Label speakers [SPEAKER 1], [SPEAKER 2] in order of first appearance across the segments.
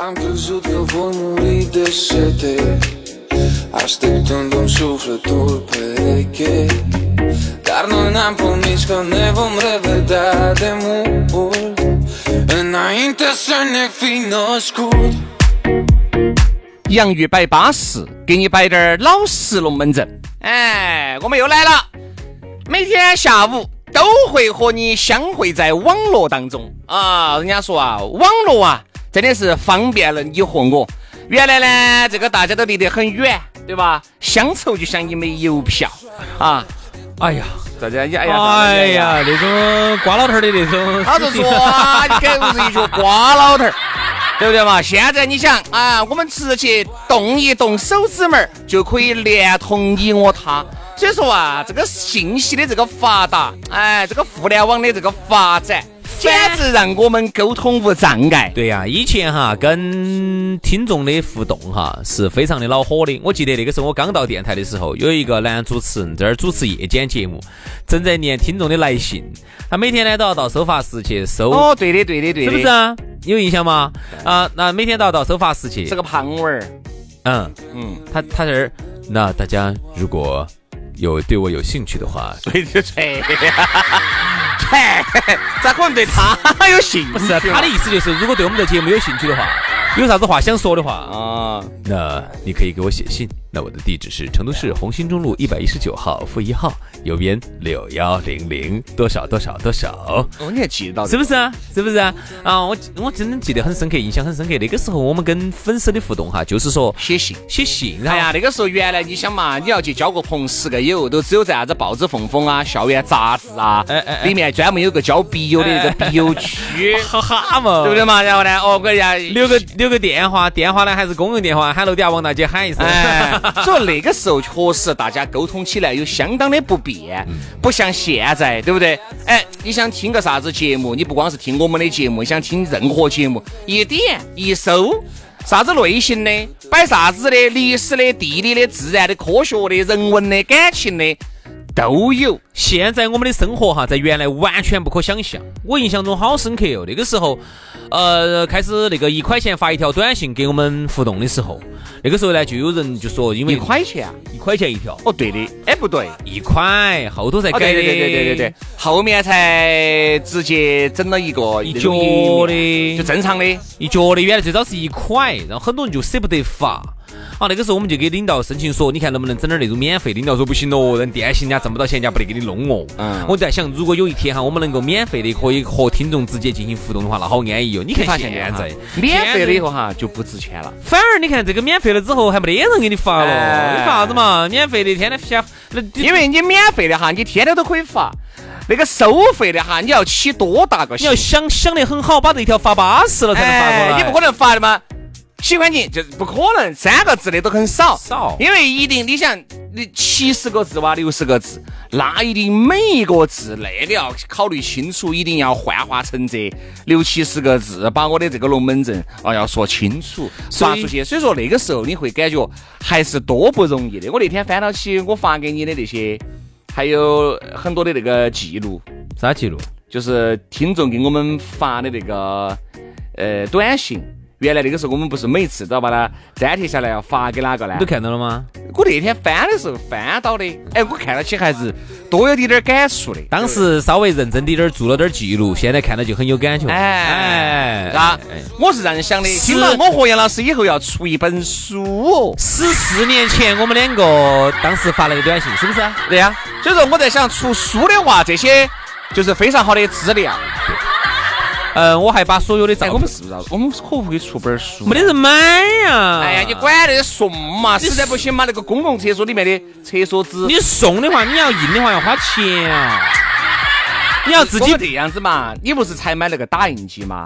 [SPEAKER 1] Am crezut că voi muri de sete Așteptându-mi sufletul pereche Dar noi n-am promis că ne vom revedea de mult Înainte să ne fi născut
[SPEAKER 2] 洋芋摆巴适，给你摆点儿老实龙门阵。哎，我们又来了，每天下午都会和你相会在网络当中啊。人家说啊，网络啊，真的是方便了你和我。原来呢，这个大家都离得很远，对吧？乡愁就像一枚邮票啊。
[SPEAKER 3] 哎呀，
[SPEAKER 2] 大家，哎呀，
[SPEAKER 3] 哎呀，那种瓜老头儿的那种，
[SPEAKER 2] 他就说啊你肯定是一个瓜老头儿，对不对嘛？现在你想啊，我们直接动一动手指门儿就可以连通你我他。所以说啊，这个信息的这个发达，哎，这个互联网的这个发展，简
[SPEAKER 3] 啊
[SPEAKER 2] 直让我们沟通无障碍。
[SPEAKER 3] 对呀、以前哈跟听众的互动哈是非常的恼火的。我记得那个时候我刚到电台的时候，有一个男主持人在那儿主持夜间节目，正在念听众的来信。他每天呢都要到收发室去收，
[SPEAKER 2] 哦，对的，对的，对
[SPEAKER 3] 是
[SPEAKER 2] 的，
[SPEAKER 3] 不是？啊？有印象吗？啊，那每天都要到收发室去。
[SPEAKER 2] 是个胖娃儿，
[SPEAKER 3] 嗯，
[SPEAKER 2] 嗯，
[SPEAKER 3] 他他在这儿。那大家如果有对我有兴趣的话，
[SPEAKER 2] 哎，嘿，咋可能对他有兴
[SPEAKER 3] 不
[SPEAKER 2] 趣
[SPEAKER 3] 是啊
[SPEAKER 2] 嘛？
[SPEAKER 3] 他的意思就是，如果对我们的节目有兴趣的话，有啥子话想说的话啊。
[SPEAKER 2] 啊。
[SPEAKER 3] 那你可以给我写信，那我的地址是成都市红星中路一百一十九号负一号，邮编六幺零零多少多少多少，
[SPEAKER 2] 哦，你还记得到这
[SPEAKER 3] 是
[SPEAKER 2] 个
[SPEAKER 3] 不是啊？是不是啊？啊，我我真的记得很深刻，印象很深刻。那个时候我们跟粉丝的互动哈，就是说
[SPEAKER 2] 写信？
[SPEAKER 3] 写信，
[SPEAKER 2] 哎
[SPEAKER 3] 然
[SPEAKER 2] 呀，
[SPEAKER 3] 后
[SPEAKER 2] 那个时候原来你想嘛，你要去交个朋十个友，都只有在啥子报纸缝缝啊、校园杂志啊，
[SPEAKER 3] 哎哎哎
[SPEAKER 2] 里面专门有个交笔友的那个笔友 区，
[SPEAKER 3] 哈哈嘛，
[SPEAKER 2] 对不对？嘛？然后呢，哦，给人家。
[SPEAKER 3] 留啊个留个电话，电话呢还是公用电话，喊楼底下王大姐喊一声。
[SPEAKER 2] 哎，所以那个时候确实大家沟通起来有相当的不便，不像现在，对不对？哎，你想听个啥子节目，你不光是听我们的节目，你想听任何节目，一点一搜，啥子类型的，摆啥子的，历史的、地理的、自然的、科学的、人文的、感情的都有。
[SPEAKER 3] 现在我们的生活哈，在原来完全不可想象。我印象中好深刻哦哟、那个时候，呃，开始那个一块钱发一条短信给我们互动的时候，那个时候呢，就有人就说，因为
[SPEAKER 2] 一块钱啊？
[SPEAKER 3] 一块钱一条，
[SPEAKER 2] 哦，对的，哎，不对，
[SPEAKER 3] 一块后头才
[SPEAKER 2] 哦，
[SPEAKER 3] 改的、
[SPEAKER 2] 对对对对对对对，后面才直接整了一个
[SPEAKER 3] 一
[SPEAKER 2] 那
[SPEAKER 3] 角
[SPEAKER 2] 种一
[SPEAKER 3] 的
[SPEAKER 2] 就正常的。
[SPEAKER 3] 一角的原来最早是一块，然后很多人就舍不得发。啊，那个时候我们就给领导申请说，你看能不能整点那种免费？领导说不行哦，人电信人家挣不到钱，人家不得给你弄哦。
[SPEAKER 2] 嗯
[SPEAKER 3] 我在想，如果有一天哈，我们能够免费的可以和听众直接进行互动的话，那好安逸哟、哦你
[SPEAKER 2] 你发
[SPEAKER 3] 看
[SPEAKER 2] 现
[SPEAKER 3] 现
[SPEAKER 2] 哈
[SPEAKER 3] 在
[SPEAKER 2] 免费了以后哈就不值钱了。
[SPEAKER 3] 反而你看这个免费了之后，还没得人给你发了，
[SPEAKER 2] 哎
[SPEAKER 3] 你发啥子嘛？免费的，天天发，那
[SPEAKER 2] 因为你免费的哈，你天天都可以发；那个收费的哈，你要起多大个
[SPEAKER 3] 你
[SPEAKER 2] 心
[SPEAKER 3] 要想想得很好，把这一条发巴适了才能发过
[SPEAKER 2] 哎，
[SPEAKER 3] 来。
[SPEAKER 2] 你不可能发的嘛。喜欢你就是不可能，三个字的都很少，
[SPEAKER 3] 少
[SPEAKER 2] 因为一定你想你七十个字哇，六十个字，那一定每一个字那你要考虑清楚，一定要幻化成这六七十个字，把我的这个龙门阵啊要说清楚，发
[SPEAKER 3] 以
[SPEAKER 2] 出去。所以说那个时候你会感觉还是多不容易的。我那天翻到起我发给你的那些，还有很多的那个记录，
[SPEAKER 3] 啥记录？
[SPEAKER 2] 就是听众给我们发的那个呃短信，原来那个时候我们不是每次都要把它粘贴下来要发给哪个呢
[SPEAKER 4] 你都？看到了吗？
[SPEAKER 2] 我那天翻的时候翻到的，哎，我看到起还是多有点点感触的。
[SPEAKER 4] 当时稍微认真滴点儿做了点儿记录，现在看到就很有感觉。
[SPEAKER 2] 哎，啊
[SPEAKER 4] 哎，
[SPEAKER 2] 我是这样想的，
[SPEAKER 4] 是
[SPEAKER 2] 今晚我和杨老师以后要出一本书哦。
[SPEAKER 4] 十四年前我们两个当时发了个短信，是不是？
[SPEAKER 2] 对呀、所以说我在想，出书的话，这些就是非常好的资料。
[SPEAKER 4] 嗯，我还把所有的照
[SPEAKER 2] 哎，我
[SPEAKER 4] 片
[SPEAKER 2] 们是不是啊？我们可不可以出本书？
[SPEAKER 4] 没得人买呀。
[SPEAKER 2] 哎呀，你管那些送嘛，实在不行嘛，那个公共厕所里面的厕所纸，
[SPEAKER 4] 你送的话，你要印的话要花钱啊。你要自
[SPEAKER 2] 我
[SPEAKER 4] 己
[SPEAKER 2] 们这样子嘛？你不是才买那个打印机吗？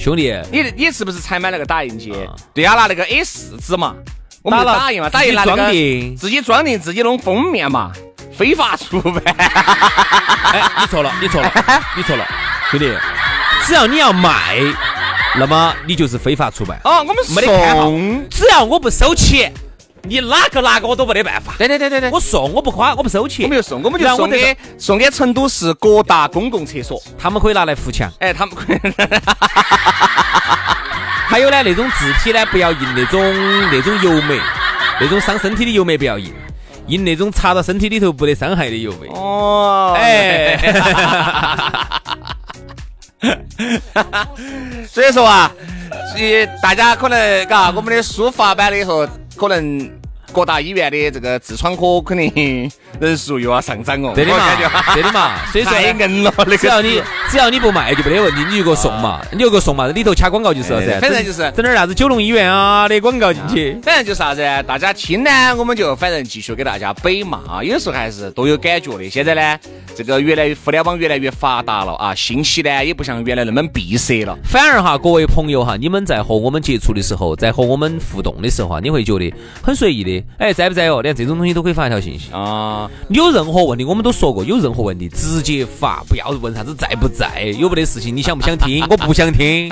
[SPEAKER 4] 兄弟，
[SPEAKER 2] 你你是不是才买那个打印机？对呀，拿那个 A 四纸嘛，我们就
[SPEAKER 4] 打了
[SPEAKER 2] 啊打印嘛，
[SPEAKER 4] 自己
[SPEAKER 2] 打印拿那个
[SPEAKER 4] 装订
[SPEAKER 2] 自己装订，自己弄封面嘛，非法出 版。
[SPEAKER 4] 哎，你错了，你 错了，你错了，兄弟，只要你要卖，那么你就是非法出版。
[SPEAKER 2] 哦，我们
[SPEAKER 4] 没得看法
[SPEAKER 2] 送。
[SPEAKER 4] 只要我不收钱，你哪个哪个我都没得办法。
[SPEAKER 2] 对对对对对，
[SPEAKER 4] 我送我不花，我不收钱，
[SPEAKER 2] 我们就送，我们就
[SPEAKER 4] 然后
[SPEAKER 2] 送
[SPEAKER 4] 我
[SPEAKER 2] 给送给成都市各大公共厕所。
[SPEAKER 4] 他们可以拿来扶墙。
[SPEAKER 2] 哎，他们
[SPEAKER 4] 还有呢，那种字体呢，不要印那种那种油墨，那种伤身体的油墨不要印，印那种擦到身体里头不得伤害的油墨。
[SPEAKER 2] 哦，
[SPEAKER 4] 哎，
[SPEAKER 2] 所以说啊，呃，大家可能嘎，我们的书发版了以后，可能各大医院的这个痔疮科肯定人数又要上涨哦。
[SPEAKER 4] 对的
[SPEAKER 2] 我
[SPEAKER 4] 嘛
[SPEAKER 2] 感觉，
[SPEAKER 4] 对的嘛。所以说
[SPEAKER 2] 太
[SPEAKER 4] 呢，
[SPEAKER 2] 硬了，那个
[SPEAKER 4] 只要 你
[SPEAKER 2] 字
[SPEAKER 4] 只要你不卖就没得问题，你就给我送嘛，你就给我送嘛，里头掐广告就是了噻。
[SPEAKER 2] 哎反正就是
[SPEAKER 4] 整点啥子九龙医院啊的广告进去。
[SPEAKER 2] 反正就是啥子，大家听呢，我们就反正继续给大家北骂啊，有时候还是多有感觉的。现在呢，这个越来越互联网越来越发达了啊，信息呢也不像原来那么闭塞了。
[SPEAKER 4] 反而哈，各位朋友哈，你们在和我们接触的时候，在和我们互动的时候啊，你会觉得很随意的。哎，在不在哦？连这种东西都可以发一条信息。
[SPEAKER 2] 啊，
[SPEAKER 4] 有任何问题，我们都说过，有任何问题直接发，不要问啥子在不在，有没得事情，你想不想听？我不想听。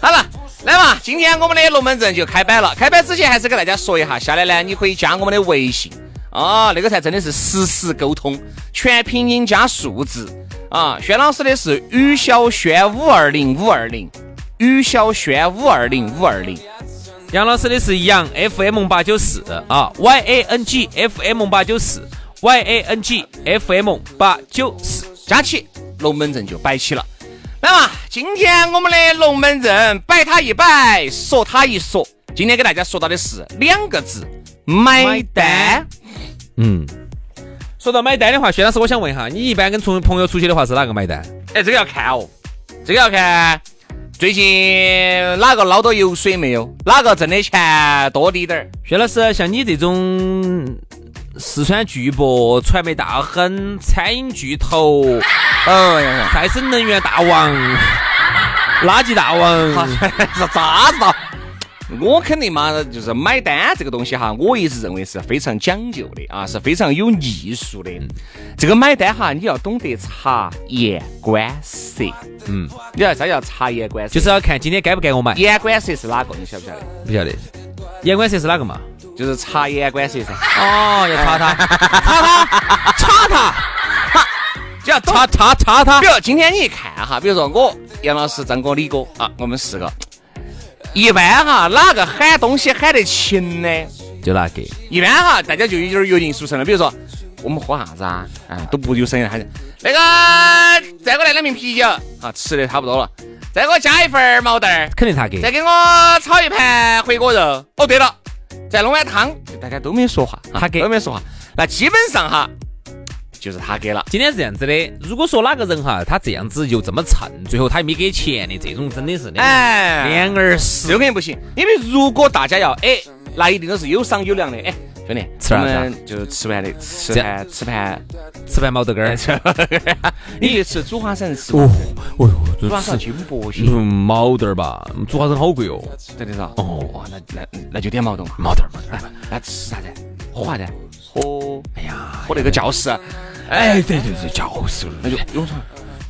[SPEAKER 2] 好了，来嘛，今天我们的龙门阵就开摆了。开摆之前还是给大家说一下，下来呢，你可以加我们的微信啊，那个才真的是实时沟通，全拼音加数字啊。轩老师的是于小轩五二零五二零，于小轩五二零五二零。
[SPEAKER 4] 杨老师的是杨 FM 八九四啊，Y A N G F M 八九四，Y A N G F M 八九四。
[SPEAKER 2] 加起，龙门阵就摆起了。来嘛，今天我们的龙门阵摆它一摆，说它一说。今天给大家说到的是两个字：买单。
[SPEAKER 4] 嗯，说到买单的话，薛老师，我想问一下，你一般跟朋朋友出去的话是哪个买单？
[SPEAKER 2] 哎，这个要看哦，这个要看最近哪个捞到油水没有，哪个挣的钱多滴点儿。
[SPEAKER 4] 薛老师，像你这种四川巨擘、传媒大亨、餐饮巨头、
[SPEAKER 2] 哎呀，
[SPEAKER 4] 再生能源大 王、垃圾大 王。
[SPEAKER 2] 是咋子啊？我肯定嘛，就是买单这个东西哈，我一直认为是非常讲究的啊，是非常有艺术的。这个买单哈，你要懂得察言观色。嗯，你要啥叫察言观色？
[SPEAKER 4] 就是要看今天该不该我买，
[SPEAKER 2] 言观色是哪个？你晓不晓得？
[SPEAKER 4] 不晓得。眼观色是哪个嘛？
[SPEAKER 2] 就是察言观色噻。
[SPEAKER 4] 哦，要查他，查他，查他，
[SPEAKER 2] 只要懂
[SPEAKER 4] 查 查查 他
[SPEAKER 2] 比。如今天你一看哈，比如说我杨老师、张哥、李哥啊，我们四个，一般哈哪个喊东西喊得勤呢？
[SPEAKER 4] 就那个，
[SPEAKER 2] 一般哈大家就有点儿约定俗成了，比如说我们喝啥子啊，啊都不有声音喊那个再给我来两瓶啤酒，啊吃的差不多了，再给我加一份儿毛蛋儿，
[SPEAKER 4] 肯定他给。
[SPEAKER 2] 再给我炒一盘回锅肉。哦对了，再弄碗汤，大家都没说话，啊
[SPEAKER 4] 他给
[SPEAKER 2] 都没说话，那基本上哈就是他给了。
[SPEAKER 4] 今天是这样子的，如果说哪个人哈，他这样子又这么蹭，最后他也没给钱的，这种真的是两
[SPEAKER 2] 哎，
[SPEAKER 4] 两耳
[SPEAKER 2] 这
[SPEAKER 4] 屎。
[SPEAKER 2] 个肯定不行，因为如果大家要哎，那一定都是有商有量的。哎，兄弟，
[SPEAKER 4] 吃啥
[SPEAKER 2] 我
[SPEAKER 4] 子啊
[SPEAKER 2] 们就是吃完的，吃
[SPEAKER 4] 这
[SPEAKER 2] 盘吃盘，
[SPEAKER 4] 吃盘毛豆干儿，
[SPEAKER 2] 你去吃煮花生吃，
[SPEAKER 4] 哦哦哟，
[SPEAKER 2] 煮
[SPEAKER 4] 这
[SPEAKER 2] 花
[SPEAKER 4] 吃
[SPEAKER 2] 生金箔些，
[SPEAKER 4] 嗯毛豆儿吧，煮花生好贵哦。
[SPEAKER 2] 对的是吧？哦，那那那就点毛豆嘛，哎
[SPEAKER 4] 毛豆儿，毛豆儿。
[SPEAKER 2] 那吃啥子？喝啥子？喝，哎呀，喝那个教室，
[SPEAKER 4] 哎，对对对，就是了。
[SPEAKER 2] 那就永川，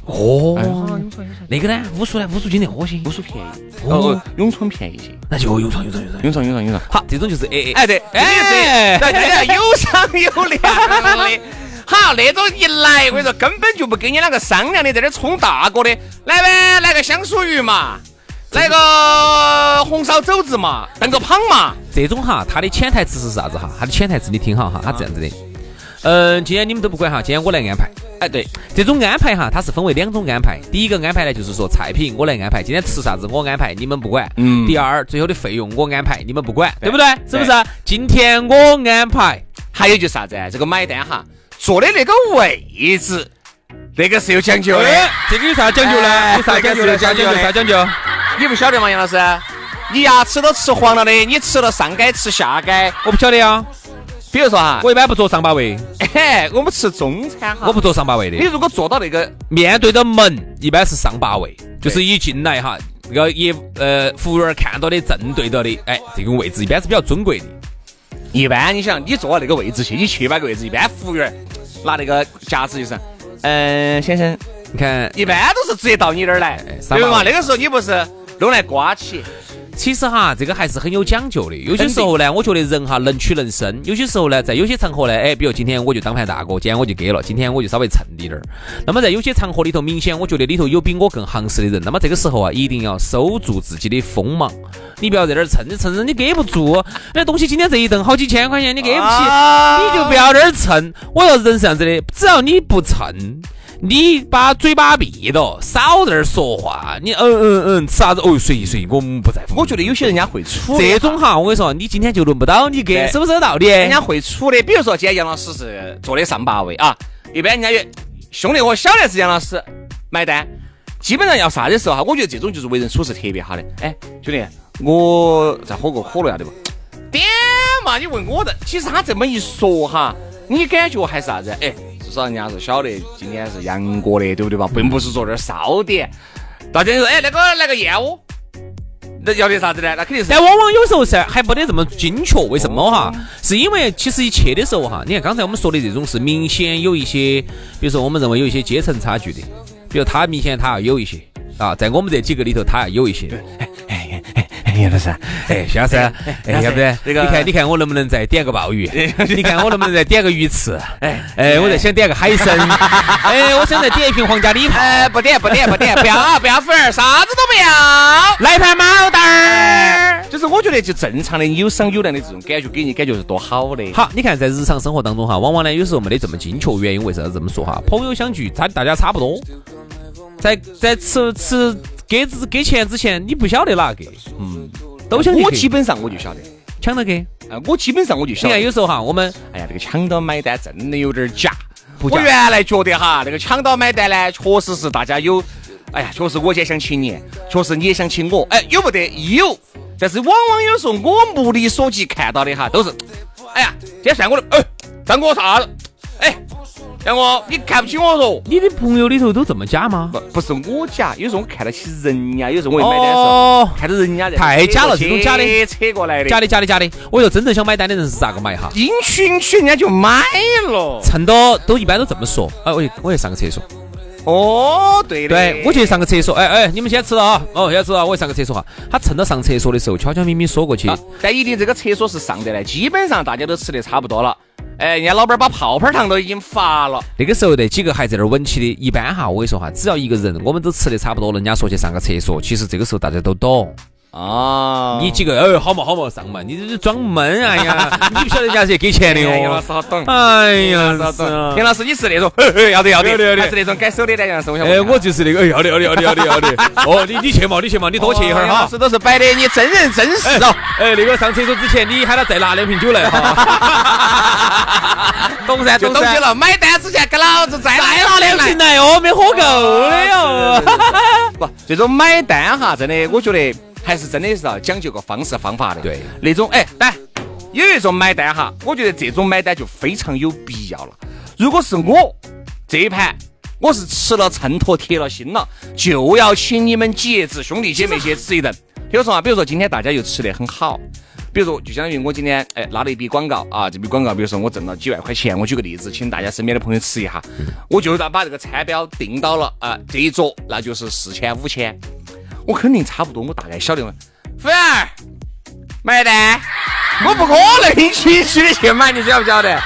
[SPEAKER 4] 哦，那个呢，乌苏呢，乌苏今天喝些，
[SPEAKER 2] 不是便宜，哦，永春便宜些，
[SPEAKER 4] 那就哦用上用上用上。
[SPEAKER 2] 永川永川永川。
[SPEAKER 4] 好，这种就是 A A。
[SPEAKER 2] 哎，对，
[SPEAKER 4] 哎
[SPEAKER 2] 哎，对，大家有商有量的。好，那种一来，我跟你说，根本就不跟你啷个商量的，在这儿充大哥的。来呗，来个香酥鱼嘛，来个红烧肘子嘛，炖个胖嘛，
[SPEAKER 4] 这种哈，它的潜台词是啥子哈？它的潜台词你听好哈，它这样子的。嗯，今天你们都不管哈，今天我来安排。
[SPEAKER 2] 哎，对，
[SPEAKER 4] 这种安排哈，它是分为两种安排。第一个安排呢，就是说菜品我来安排，今天吃啥子我安排，你们不管。
[SPEAKER 2] 嗯
[SPEAKER 4] 第二，最后的费用我安排，你们不管，对不对？是
[SPEAKER 2] 对
[SPEAKER 4] 不是？今天我安排，
[SPEAKER 2] 还有就是啥子？这个买单哈，坐的那个位置，那个是有讲究的。
[SPEAKER 4] 哎，这个有啥讲究呢？
[SPEAKER 2] 哎
[SPEAKER 4] 有啥讲究呢？啥
[SPEAKER 2] 这
[SPEAKER 4] 讲
[SPEAKER 2] 个是
[SPEAKER 4] 究？
[SPEAKER 2] 有
[SPEAKER 4] 啥
[SPEAKER 2] 讲
[SPEAKER 4] 讲究？
[SPEAKER 2] 你不晓得吗，杨老师？你牙齿都吃黄了的，你吃了上街吃下街。
[SPEAKER 4] 我不晓得呀，
[SPEAKER 2] 比如说哈，
[SPEAKER 4] 我一般不坐上八位，
[SPEAKER 2] 嘿，我们吃中餐哈，
[SPEAKER 4] 我不。坐上八位的
[SPEAKER 2] 你。如果坐到那个，
[SPEAKER 4] 面对的门一般是上八位，就是一进来哈，这个业呃服务员看到的正对着的，哎，这种位置一般是比较尊贵的。
[SPEAKER 2] 一般你想你坐到那个位置去，你去摆个位置，一般服务员拿那个夹子就是，嗯、先生，
[SPEAKER 4] 你看，
[SPEAKER 2] 一般都是直接到你这儿来，
[SPEAKER 4] 哎三
[SPEAKER 2] 对嘛？
[SPEAKER 4] 八位
[SPEAKER 2] 那个时候你不是弄来刮起，
[SPEAKER 4] 其实哈，这个还是很有讲究的。有些时候呢，我觉得人哈能屈能伸，有些时候呢，在有些场合呢，哎，比如今天我就当盘大哥，今天我就给了，今天我就稍微蹭滴点儿。那么在有些场合里头，明显我觉得里头有比我更行势的人，那么这个时候啊，一定要收住自己的锋芒，你不要在这儿蹭着蹭着，你给不住。哦那东西今天这一顿好几千块钱，你给不起。
[SPEAKER 2] 啊
[SPEAKER 4] 你就不要在这儿蹭。我说人是这样子的，只要你不蹭，你把嘴巴闭到，少在这儿说话。你嗯嗯嗯，吃啥子？哦，随意随意，我们不在乎。
[SPEAKER 2] 我觉得有些人家会处理
[SPEAKER 4] 这种哈，我跟你说，你今天就轮不到你给，
[SPEAKER 2] 对
[SPEAKER 4] 是不是有道理？
[SPEAKER 2] 人家会处的。比如说今天杨老师是坐的上八位啊，一般人家也兄弟伙晓得是杨老师买单，基本上要啥的时候哈，我觉得这种就是为人处事特别好的。哎，兄弟，我再喝个可乐要得不？点嘛，你问我的，其实他这么一说哈，你感觉还是啥子？哎，至少人家是晓得今天是杨哥的，对不对嘛？并不是坐这儿烧点。大家就说，哎，那个来个燕窝，那要得啥子呢？那肯定是
[SPEAKER 4] 但往往有时候是还不得这么精确，为什么哈？是因为其实一切的时候哈，你看刚才我们说的这种是明显有一些，比如说我们认为有一些阶层差距的，比如他明显他要有一些啊，在我们这几个里头他要有一些。
[SPEAKER 2] 哎哎哎，杨老师，
[SPEAKER 4] 哎，徐老师，哎，
[SPEAKER 2] 老师
[SPEAKER 4] 要不然
[SPEAKER 2] 这个哎
[SPEAKER 4] 你看，你看我能不能再点个鲍鱼？ 你看我能不能再点个鱼翅？哎，哎，我再想点个海 参。哎，我想再点一瓶皇家礼炮。
[SPEAKER 2] 哎，不点不点不点，不要啊，不要粉儿，啥子都不要。哎
[SPEAKER 4] 来盘毛蛋儿。
[SPEAKER 2] 就是我觉得就正常的有商有量的这种感觉，给人感觉是多好的。
[SPEAKER 4] 好，你看在日常生活当中哈，往往呢有时候没得这么精确，原因为啥子这么说哈？朋友相聚，他大家差不多，在在吃吃给之给钱之前，你不晓得哪个，嗯，都想去
[SPEAKER 2] 我
[SPEAKER 4] 给
[SPEAKER 2] 基本上我就晓得，
[SPEAKER 4] 抢到给。
[SPEAKER 2] 啊，我基本上我就晓
[SPEAKER 4] 你看
[SPEAKER 2] 得。
[SPEAKER 4] 有时候哈，我们
[SPEAKER 2] 哎呀，这个抢到买单真的有点假。
[SPEAKER 4] 不假
[SPEAKER 2] 我原来觉得哈，那个抢到买单呢，确实是大家有，哎呀，确实我今天想请你，确实你也想请我，哎，有没得有？但是往往有时候我目力所及看到的哈，都是，哎呀，今天算我的，哎，张哥啥子？哎，杨哥，你看不起我说。
[SPEAKER 4] 你的朋友里头都这么假吗？
[SPEAKER 2] 不不是我假，有时候我看得起人家，有时候我一买单的时候，
[SPEAKER 4] 哦，
[SPEAKER 2] 看到人家在
[SPEAKER 4] 太假了这种假的
[SPEAKER 2] 扯过来的，
[SPEAKER 4] 假的假的假的。我说真正想买单的人是咋个买哈？
[SPEAKER 2] 进群区人家就买了。
[SPEAKER 4] 趁到都一般都这么说，哎，我去我去上个厕所。
[SPEAKER 2] 哦，对的，
[SPEAKER 4] 对，我去上个厕所。哎哎，你们先吃了啊，哦，先吃了，我去上个厕所哈。他趁到上厕所的时候，悄悄咪咪缩过去，
[SPEAKER 2] 啊但一定这个厕所是上的呢，基本上大家都吃的差不多了。哎，人家老板把泡泡糖都已经发了，
[SPEAKER 4] 那个时候那几个还在那儿稳起的，一般哈，我跟你说哈，只要一个人，我们都吃的差不多，人家说去上个厕所，其实这个时候大家都懂。
[SPEAKER 2] 啊
[SPEAKER 4] 你
[SPEAKER 2] 你
[SPEAKER 4] 几个哎，好嘛好嘛，上嘛，你这是装闷哎呀， 你不晓得人家是给钱的
[SPEAKER 2] 哎杨老
[SPEAKER 4] 哦
[SPEAKER 2] 师。好懂，
[SPEAKER 4] 哎呀，
[SPEAKER 2] 老
[SPEAKER 4] 是啊
[SPEAKER 2] 杨老师你是那种嘿嘿要得要得
[SPEAKER 4] 要得要得
[SPEAKER 2] 还是那种改手的呢？杨老师，我想问一
[SPEAKER 4] 哎，
[SPEAKER 2] 下
[SPEAKER 4] 我就是那个，哎，要得要得要得要得要得。哦，你你去嘛，你去嘛，你多去一
[SPEAKER 2] 哦
[SPEAKER 4] 会儿
[SPEAKER 2] 杨老
[SPEAKER 4] 哈。
[SPEAKER 2] 师都是摆的，你真人真事
[SPEAKER 4] 哎
[SPEAKER 2] 哦。
[SPEAKER 4] 哎，那个上厕所之前，你喊他再拿两瓶酒来哈。懂噻，
[SPEAKER 2] 就
[SPEAKER 4] 懂
[SPEAKER 2] 懂
[SPEAKER 4] 噻
[SPEAKER 2] 起。了，买单之前给老子再
[SPEAKER 4] 再
[SPEAKER 2] 拿
[SPEAKER 4] 拿
[SPEAKER 2] 两
[SPEAKER 4] 两
[SPEAKER 2] 瓶
[SPEAKER 4] 瓶
[SPEAKER 2] 来。
[SPEAKER 4] 来哦，没喝够的哟。
[SPEAKER 2] 不，这种买单哈，真的，我觉得还是真的是要讲究个方式方法的。
[SPEAKER 4] 对
[SPEAKER 2] 那种哎，但有一种买单哈，我觉得这种买单就非常有必要了。如果是我这一盘。我是吃了秤砣铁了心了，就要请你们几爷子兄弟姐妹去吃一顿。比如说啊，比如说今天大家又吃得很好，比如说就相当于我今天哎拉了一笔广告啊，这笔广告比如说我挣了几万块钱，我举个例子，请大家身边的朋友吃一下，我就把这个餐标定到了啊、这一桌那就是四千五千，我肯定差不多，我大概晓得嘛。服务员儿，买单，我不可能一起起的去买，你晓不晓得？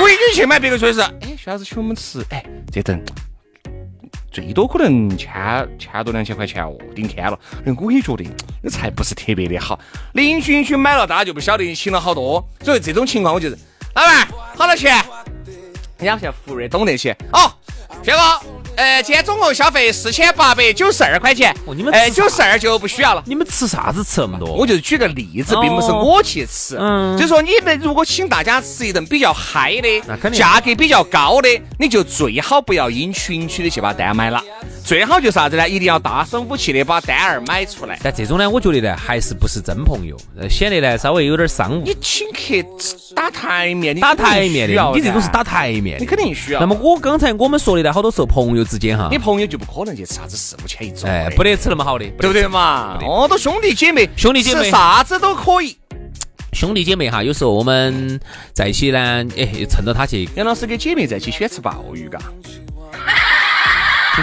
[SPEAKER 2] 我已经去买，别个说的是，哎，徐老师请我们吃，哎，这顿最多可能千千多两千块钱哦，顶天了。哎，我也觉得那菜不是特别的好，邻居邻居买了，大家就不晓得请了好多。所以这种情况，我就是老板好多钱？人家不像服务员懂那些哦，薛哥。呃，今天总共消费四千八百九十二块钱，
[SPEAKER 4] 哦你们
[SPEAKER 2] 哎
[SPEAKER 4] 吃啥
[SPEAKER 2] 九十二就不需要了。
[SPEAKER 4] 你们吃啥子吃那么多？
[SPEAKER 2] 我就是举个例子，并不是
[SPEAKER 4] 哦
[SPEAKER 2] 我去吃，
[SPEAKER 4] 嗯
[SPEAKER 2] 就是说你们如果请大家吃一顿比较嗨
[SPEAKER 4] 那
[SPEAKER 2] 的，
[SPEAKER 4] 肯定
[SPEAKER 2] 价格比较高的，你就最好不要因群区的去把单买了，最好就是啥子呢？一定要大声武器的把单儿买出来。
[SPEAKER 4] 但这种呢，我觉得呢，还是不是真朋友，呃显得呢稍微有点商务
[SPEAKER 2] 你，请客打台面，你
[SPEAKER 4] 打
[SPEAKER 2] 肯定
[SPEAKER 4] 台面
[SPEAKER 2] 需要
[SPEAKER 4] 的。你这种是
[SPEAKER 2] 噻
[SPEAKER 4] 打台面
[SPEAKER 2] 你
[SPEAKER 4] 的。
[SPEAKER 2] 肯定需要。
[SPEAKER 4] 那么我刚才我们说的呢，好多时候朋友之间哈
[SPEAKER 2] 你，朋友就不可能去吃啥子四五千一桌的，
[SPEAKER 4] 哎，不得吃那么好的，
[SPEAKER 2] 对不对嘛？哦，都兄弟姐妹，
[SPEAKER 4] 兄弟姐妹
[SPEAKER 2] 吃啥子都可以。
[SPEAKER 4] 兄弟姐妹哈，有时候我们在一起呢，哎，趁着他去，
[SPEAKER 2] 杨老师跟姐妹在一起喜欢吃鲍鱼，嘎，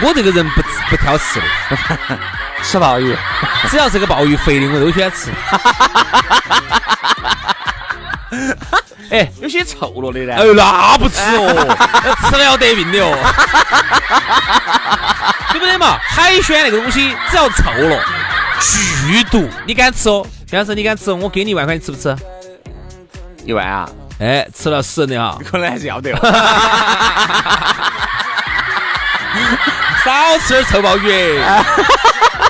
[SPEAKER 4] 我这个人不吃不挑食的，
[SPEAKER 2] 吃鲍鱼。
[SPEAKER 4] 只要是个鲍鱼肥的，我都喜欢吃。哎，
[SPEAKER 2] 有些臭了的呢。
[SPEAKER 4] 哎呦，那不吃哦， 吃了要得病的哦，对不对嘛？海鲜那个东西，只要臭了，剧毒，你敢吃哦？杨老师，你敢吃哦？我给你一万块，你吃不吃？
[SPEAKER 2] 一万啊，
[SPEAKER 4] 哎，吃了死人的 啊！
[SPEAKER 2] 可能还是要 得哦。
[SPEAKER 4] 少吃点臭鲍鱼，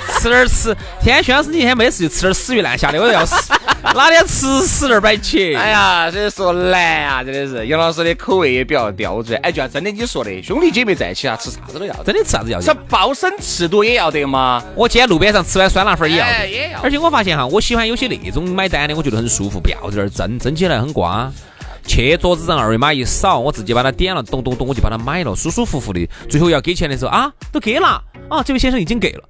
[SPEAKER 4] 吃点儿吃。天轩老师，你一天没事就吃点儿死鱼烂虾的，我都要 死。哪天吃死点儿摆起？
[SPEAKER 2] 哎呀，这说难啊，真的是杨老师的口味也比较刁钻。哎，就像真的你说的，兄弟姐妹在一起啊，吃啥子都要得，
[SPEAKER 4] 真的吃啥子要
[SPEAKER 2] 吃
[SPEAKER 4] 得？
[SPEAKER 2] 鲍参翅肚也要得嘛。
[SPEAKER 4] 我今天路边上吃碗酸辣粉儿也要
[SPEAKER 2] 哎
[SPEAKER 4] 得。
[SPEAKER 2] 也要
[SPEAKER 4] 而且我发现哈，我喜欢有些那种买单的，我觉得很舒服，不要在那儿蒸，蒸起来很瓜。去桌子上二维码一扫，我自己把它点了，咚咚咚，我就把它买了，舒舒服服的。最后要给钱的时候啊，都给了啊，这位先生已经给了，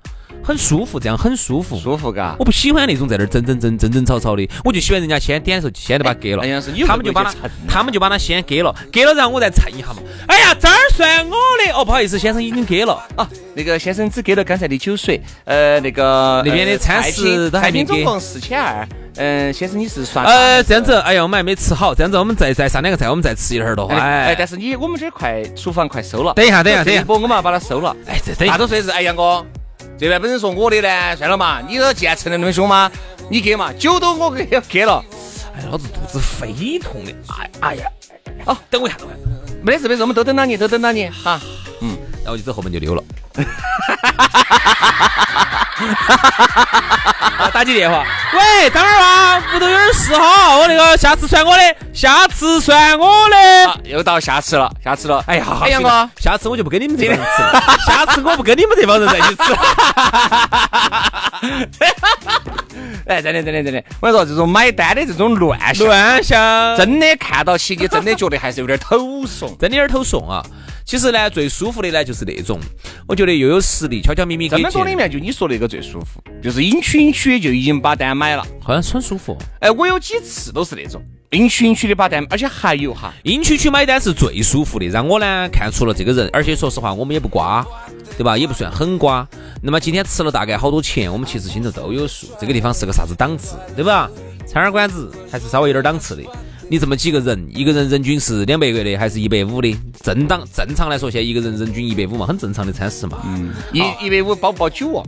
[SPEAKER 4] 很舒服，这样很舒服。
[SPEAKER 2] 舒服嘎
[SPEAKER 4] 我。不喜欢那种在那儿争争争争争吵吵的，我就喜欢人家先点的时候先就把它给了
[SPEAKER 2] 哎杨老师你，会
[SPEAKER 4] 他
[SPEAKER 2] 不
[SPEAKER 4] 们
[SPEAKER 2] 会
[SPEAKER 4] 就把它
[SPEAKER 2] 去蹭啊呢
[SPEAKER 4] 他们就把它先给了，给了然后我再蹭一下嘛。哎呀，这儿算我的哦，不好意思，先生已经给了。
[SPEAKER 2] 啊，那个先生只给了刚才的酒水，呃，那个
[SPEAKER 4] 那边的
[SPEAKER 2] 呃
[SPEAKER 4] 餐
[SPEAKER 2] 菜
[SPEAKER 4] 食
[SPEAKER 2] 品
[SPEAKER 4] 都还
[SPEAKER 2] 菜
[SPEAKER 4] 没
[SPEAKER 2] 品总
[SPEAKER 4] 给
[SPEAKER 2] 共四千二。嗯，先生你是刷卡
[SPEAKER 4] 呃，
[SPEAKER 2] 还是
[SPEAKER 4] 这样子，哎呀，我们还没吃好，这样子我们再再上两个菜，我们再吃一会儿的话，
[SPEAKER 2] 哎哎，
[SPEAKER 4] 哎
[SPEAKER 2] 但，是你我们这儿快厨房快收了，
[SPEAKER 4] 等一下等一下
[SPEAKER 2] 这
[SPEAKER 4] 等一下
[SPEAKER 2] 波我们要把它收了。
[SPEAKER 4] 哎，这等一
[SPEAKER 2] 大
[SPEAKER 4] 下
[SPEAKER 2] 多数也是哎杨哥，这边本身说我的呢，算了嘛，你都既然承认那么凶嘛，你给嘛，酒都我给给了，
[SPEAKER 4] 哎，老子肚子非痛的，哎哎呀，好，等我一下，等我一下，
[SPEAKER 2] 没得事没得事，我们都等到你，都等到你哈。
[SPEAKER 4] 然后我就走后门就 溜了。啊打起电话，喂，等会儿啊，屋头有点事哈，我那个下次算我的，下次算我的。
[SPEAKER 2] 啊，又到下次了，下次了，
[SPEAKER 4] 哎呀，好好
[SPEAKER 2] 哎杨
[SPEAKER 4] 行了
[SPEAKER 2] 哥，
[SPEAKER 4] 下次我就不跟你们这帮人吃了， 下次我不跟你们这帮人在一起吃。
[SPEAKER 2] 哎，真的真的真的，我跟你说，这种买单的这种乱象，
[SPEAKER 4] 乱想，真。
[SPEAKER 2] 真的看到 起，你真的觉得还是有点头怂
[SPEAKER 4] 真的有点头怂啊。其实呢，最舒服的呢就是那种，我觉得又有实力，悄悄咪咪
[SPEAKER 2] 这
[SPEAKER 4] 给
[SPEAKER 2] 么多里
[SPEAKER 4] 钱，
[SPEAKER 2] 面，就你说那个最舒服，就是因区因区就已经把单买了。
[SPEAKER 4] 好像很舒服。
[SPEAKER 2] 哎，我有几次都是那种因区因区的把单，而且还有哈，
[SPEAKER 4] 阴区区买单是最舒服的，让我呢看出了这个人，而且说实话，我们也不瓜，对吧？也不算很瓜。那么今天吃了大概好多钱，我们其实心头都有数，这个地方是个啥子档次，对吧？餐馆馆子还是稍微有点档次的。你这么几个人，一个人人均是两百个的，还是一百五的？正当正常来说，现在一个人人均一百五嘛，很正常的餐食嘛。嗯。
[SPEAKER 2] 一一百五包不包酒哦？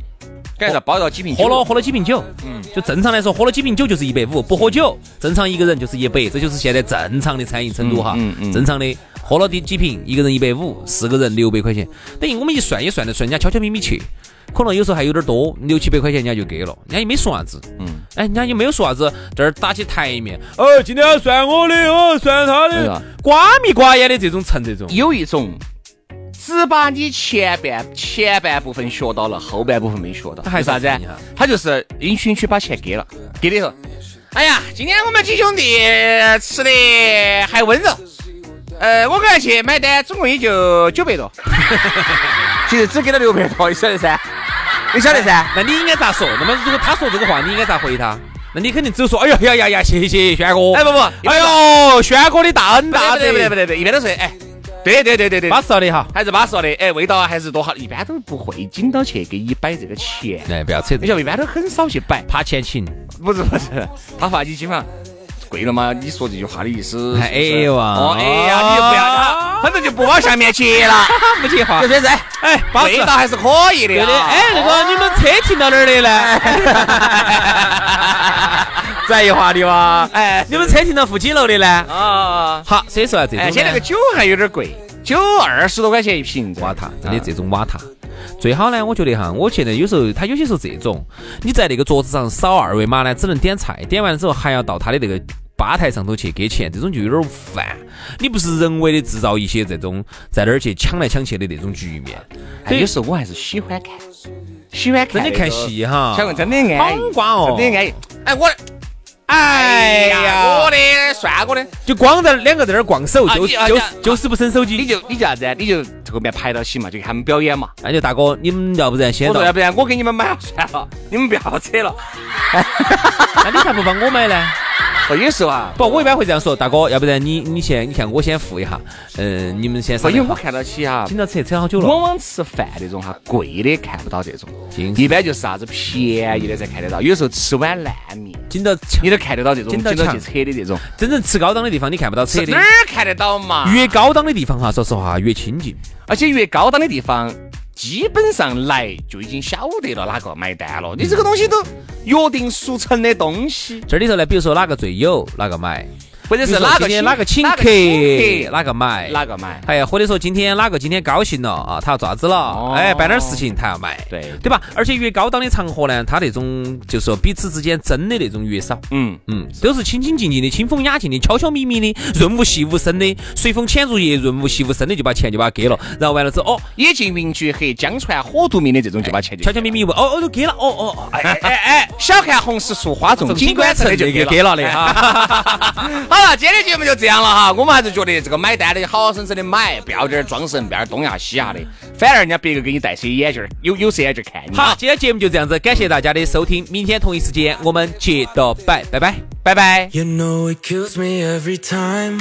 [SPEAKER 2] 感觉包到几瓶酒？
[SPEAKER 4] 喝了喝了几瓶酒，嗯，就正常来说，喝了几瓶酒就是一百五，不喝酒，正常一个人就是一百，这就是现在正常的餐饮程度哈，
[SPEAKER 2] 嗯嗯嗯
[SPEAKER 4] 正常的喝了第几瓶，一个人一百五，四个人六百块钱，等于我们一算也算得出来，人家悄悄咪咪去，可能有时候还有点多，六七百块钱人家就给了，人家也没说啥子，嗯，哎，人家也没有说啥子，这儿打起台面，哦，今天算我的，哦，算他
[SPEAKER 2] 哎呀
[SPEAKER 4] 的，瓜米瓜眼的这种成这种，
[SPEAKER 2] 有一种只把你前半前半部分学到了，后半部分没学到，
[SPEAKER 4] 他还
[SPEAKER 2] 有
[SPEAKER 4] 是
[SPEAKER 2] 啥子啊
[SPEAKER 4] 很厉害？
[SPEAKER 2] 他就是允许去把钱给了，给了以后，哎呀，今天我们几兄弟吃的还温柔，呃，我个人去买单，总共也就九百多，其实只给了六百多，你晓得噻？你晓得噻？
[SPEAKER 4] 那你应该咋说？那么如果他说这个话，你应该咋回他？那你肯定只有说，哎呀呀呀呀，谢谢轩哥，
[SPEAKER 2] 哎不不
[SPEAKER 4] 哎呦，轩哥的大恩
[SPEAKER 2] 不
[SPEAKER 4] 大
[SPEAKER 2] 对
[SPEAKER 4] 德，
[SPEAKER 2] 不对不对不对，一般都是哎，对对对对对，
[SPEAKER 4] 巴适了的哈。
[SPEAKER 2] 还是巴适了的，哎，味道还是多好，一般都不会紧到去给你摆这个钱。
[SPEAKER 4] 哎，不要扯
[SPEAKER 2] 你，晓得，一般都很少去摆，
[SPEAKER 4] 怕钱情。
[SPEAKER 2] 不是不是，他发起基本上跪了吗？你说这句话的意思？
[SPEAKER 4] 还哎
[SPEAKER 2] 是不是
[SPEAKER 4] 呦啊
[SPEAKER 2] 哦哎呀，你就不要，他反正就不往下面接 了。
[SPEAKER 4] 不接话
[SPEAKER 2] 就。这噻，
[SPEAKER 4] 哎，巴
[SPEAKER 2] 味
[SPEAKER 4] 适
[SPEAKER 2] 道。还是可以的
[SPEAKER 4] 对
[SPEAKER 2] 啊。
[SPEAKER 4] 的，哎，那个你们车停到哪儿 的呢？
[SPEAKER 2] 转移话题吧。哎，
[SPEAKER 4] 你们车停到负几楼的呢？
[SPEAKER 2] 啊，
[SPEAKER 4] 好，所以说啊，这种
[SPEAKER 2] 哎，
[SPEAKER 4] 呢
[SPEAKER 2] 现在那个酒还有点贵，酒二十多块钱一瓶。
[SPEAKER 4] 瓦塔，真的这种瓦塔。最好呢，我觉得哈，我现在有时候他有些时候这种，你在那个桌子上扫二维码呢，只能点菜，点完之后还要到他的那个吧台上头去给钱，这种就有点烦。你不是人为的制造一些这种在那儿去抢来抢去的那种局面，
[SPEAKER 2] 哎，有时候我还是喜欢看，喜欢看
[SPEAKER 4] 真的看戏哈。
[SPEAKER 2] 小文哎真的安
[SPEAKER 4] 好
[SPEAKER 2] 逸，
[SPEAKER 4] 瓜哦
[SPEAKER 2] 真的安逸。哎，我，哎呀，我的算我的，
[SPEAKER 4] 就光在两个在那儿逛手，
[SPEAKER 2] 啊
[SPEAKER 4] 就
[SPEAKER 2] 你啊
[SPEAKER 4] 就
[SPEAKER 2] 你啊
[SPEAKER 4] 就是不伸手
[SPEAKER 2] 你
[SPEAKER 4] 机。
[SPEAKER 2] 就你就啥子啊？你就后面排到起嘛，就给他们表演嘛。
[SPEAKER 4] 哎那就大哥，你们要不然先
[SPEAKER 2] 我
[SPEAKER 4] 到
[SPEAKER 2] 说，要不然我给你们买了算了，你们不要扯了。
[SPEAKER 4] 那啊你咋不帮我买呢？
[SPEAKER 2] 我有时候啊，
[SPEAKER 4] 不，我一般会这样说，大哥，要不然你你先，你看我先付一下，嗯，你们先
[SPEAKER 2] 不
[SPEAKER 4] 上。
[SPEAKER 2] 因哎为我看到起哈，
[SPEAKER 4] 今朝扯扯好久了。
[SPEAKER 2] 往往吃饭那种哈，贵的看不到这种，
[SPEAKER 4] 今
[SPEAKER 2] 一般就是啥子便宜的才看得到。有时候吃碗烂面，
[SPEAKER 4] 今朝
[SPEAKER 2] 你都看得到这种
[SPEAKER 4] 紧
[SPEAKER 2] 紧
[SPEAKER 4] 到
[SPEAKER 2] 到
[SPEAKER 4] 墙
[SPEAKER 2] 去扯的这种，
[SPEAKER 4] 真正吃高档的地方，你看不到车
[SPEAKER 2] 是
[SPEAKER 4] 的
[SPEAKER 2] 哪。儿看得到嘛？
[SPEAKER 4] 越高档的地方哈，说实话越清静。
[SPEAKER 2] 而且越高档的地方，基本上来就已经晓得了哪个买单了。你这个东西都约定俗成的东西，
[SPEAKER 4] 这里头呢，比如说哪个最有，哪个买；
[SPEAKER 2] 或者
[SPEAKER 4] 就是哪
[SPEAKER 2] 哪个
[SPEAKER 4] 天哪个请
[SPEAKER 2] 哪
[SPEAKER 4] 客
[SPEAKER 2] 个请，客
[SPEAKER 4] 哪个买。
[SPEAKER 2] 哪个买。
[SPEAKER 4] 哎呀，或者说今天哪个今天高兴了啊，他要咋子了？
[SPEAKER 2] 哦
[SPEAKER 4] 哎，办点事情他要买，
[SPEAKER 2] 对
[SPEAKER 4] 对吧？而且越高档的场合呢，他那种就是说彼此之间争的那种越少。
[SPEAKER 2] 嗯，
[SPEAKER 4] 嗯，都是清清静静的、清风雅静的、悄悄咪咪的、润物细无声的，随风潜入夜，润物细无声的就把钱就把它给了，然后完了之后，哦，
[SPEAKER 2] 野径云居黑，江船火独明的这种就把钱就
[SPEAKER 4] 悄悄咪咪一问，哦哦就给了，哦哦，哦 哎
[SPEAKER 2] 哎哎哎，小看红石树花重，
[SPEAKER 4] 金
[SPEAKER 2] 锦
[SPEAKER 4] 冠
[SPEAKER 2] 官城
[SPEAKER 4] 城
[SPEAKER 2] 的就
[SPEAKER 4] 给
[SPEAKER 2] 给了。
[SPEAKER 4] 给了的哈。
[SPEAKER 2] 好了，今天节目就这样了哈。我们还是觉得这个买单的好好生生的买，不要在这儿装神，不要在这儿东呀西呀的，反而人家别个给你戴些眼镜儿，有有色眼镜儿看你。
[SPEAKER 4] 好，，今天节目就这样子，感谢大家的收听，明天同一时间我们接着拜，拜拜，拜拜。
[SPEAKER 1] You know it kills me every time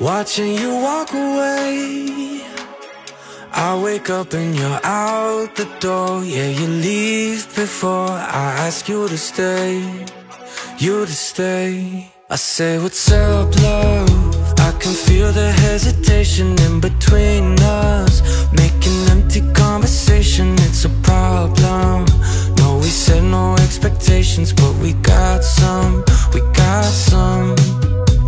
[SPEAKER 1] watching you walk away. I wake up and you're out the door. Yeah, you leave before I ask you to stay. You to stay. I say, What's up, love? I can feel the hesitation in between us. Making empty conversation, it's a problem. No, we said no expectations, but we got some. We got some.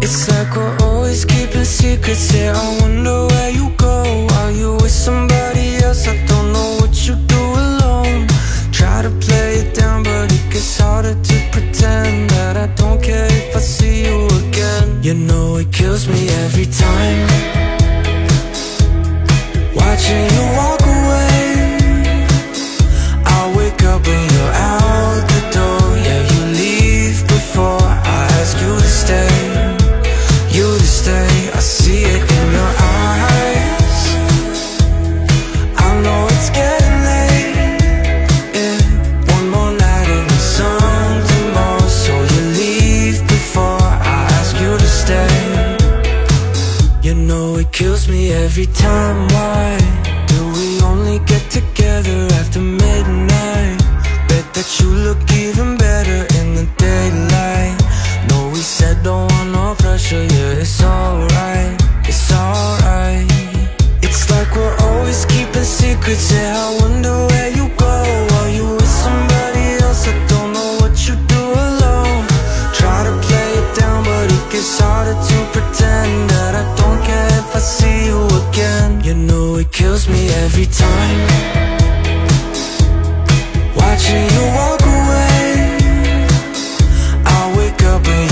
[SPEAKER 1] It's like we're always keeping secrets here. I wonder where you go. Are you with somebody else? I don't know what you do alone. Try to play it down, but it gets harder to pretend that I don't care if I see you again. You know it kills me every time. Watching you walk away. I wake up and you're out the door. Yeah, you leave before I ask you to stay you to stay. I see it in your eyes. I know it's getting late. Yeah. One more night and it's something more. So you leave before I ask you to stay. You know it kills me every time. Why do we only get together after midnight? Bet that you look even better in the daylight. No, we said don't want no pressure. Yeah, it's alright. It's alright. It's like we're always keeping secrets. Yeah, I wonder where you go. Are you with somebody else? I don't know what you do alone. Try to play it down, but it gets harder to pretend that I don't care if I see you again. You know it kills me every time. Watching you walk away. I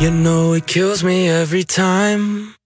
[SPEAKER 1] You know it kills me every time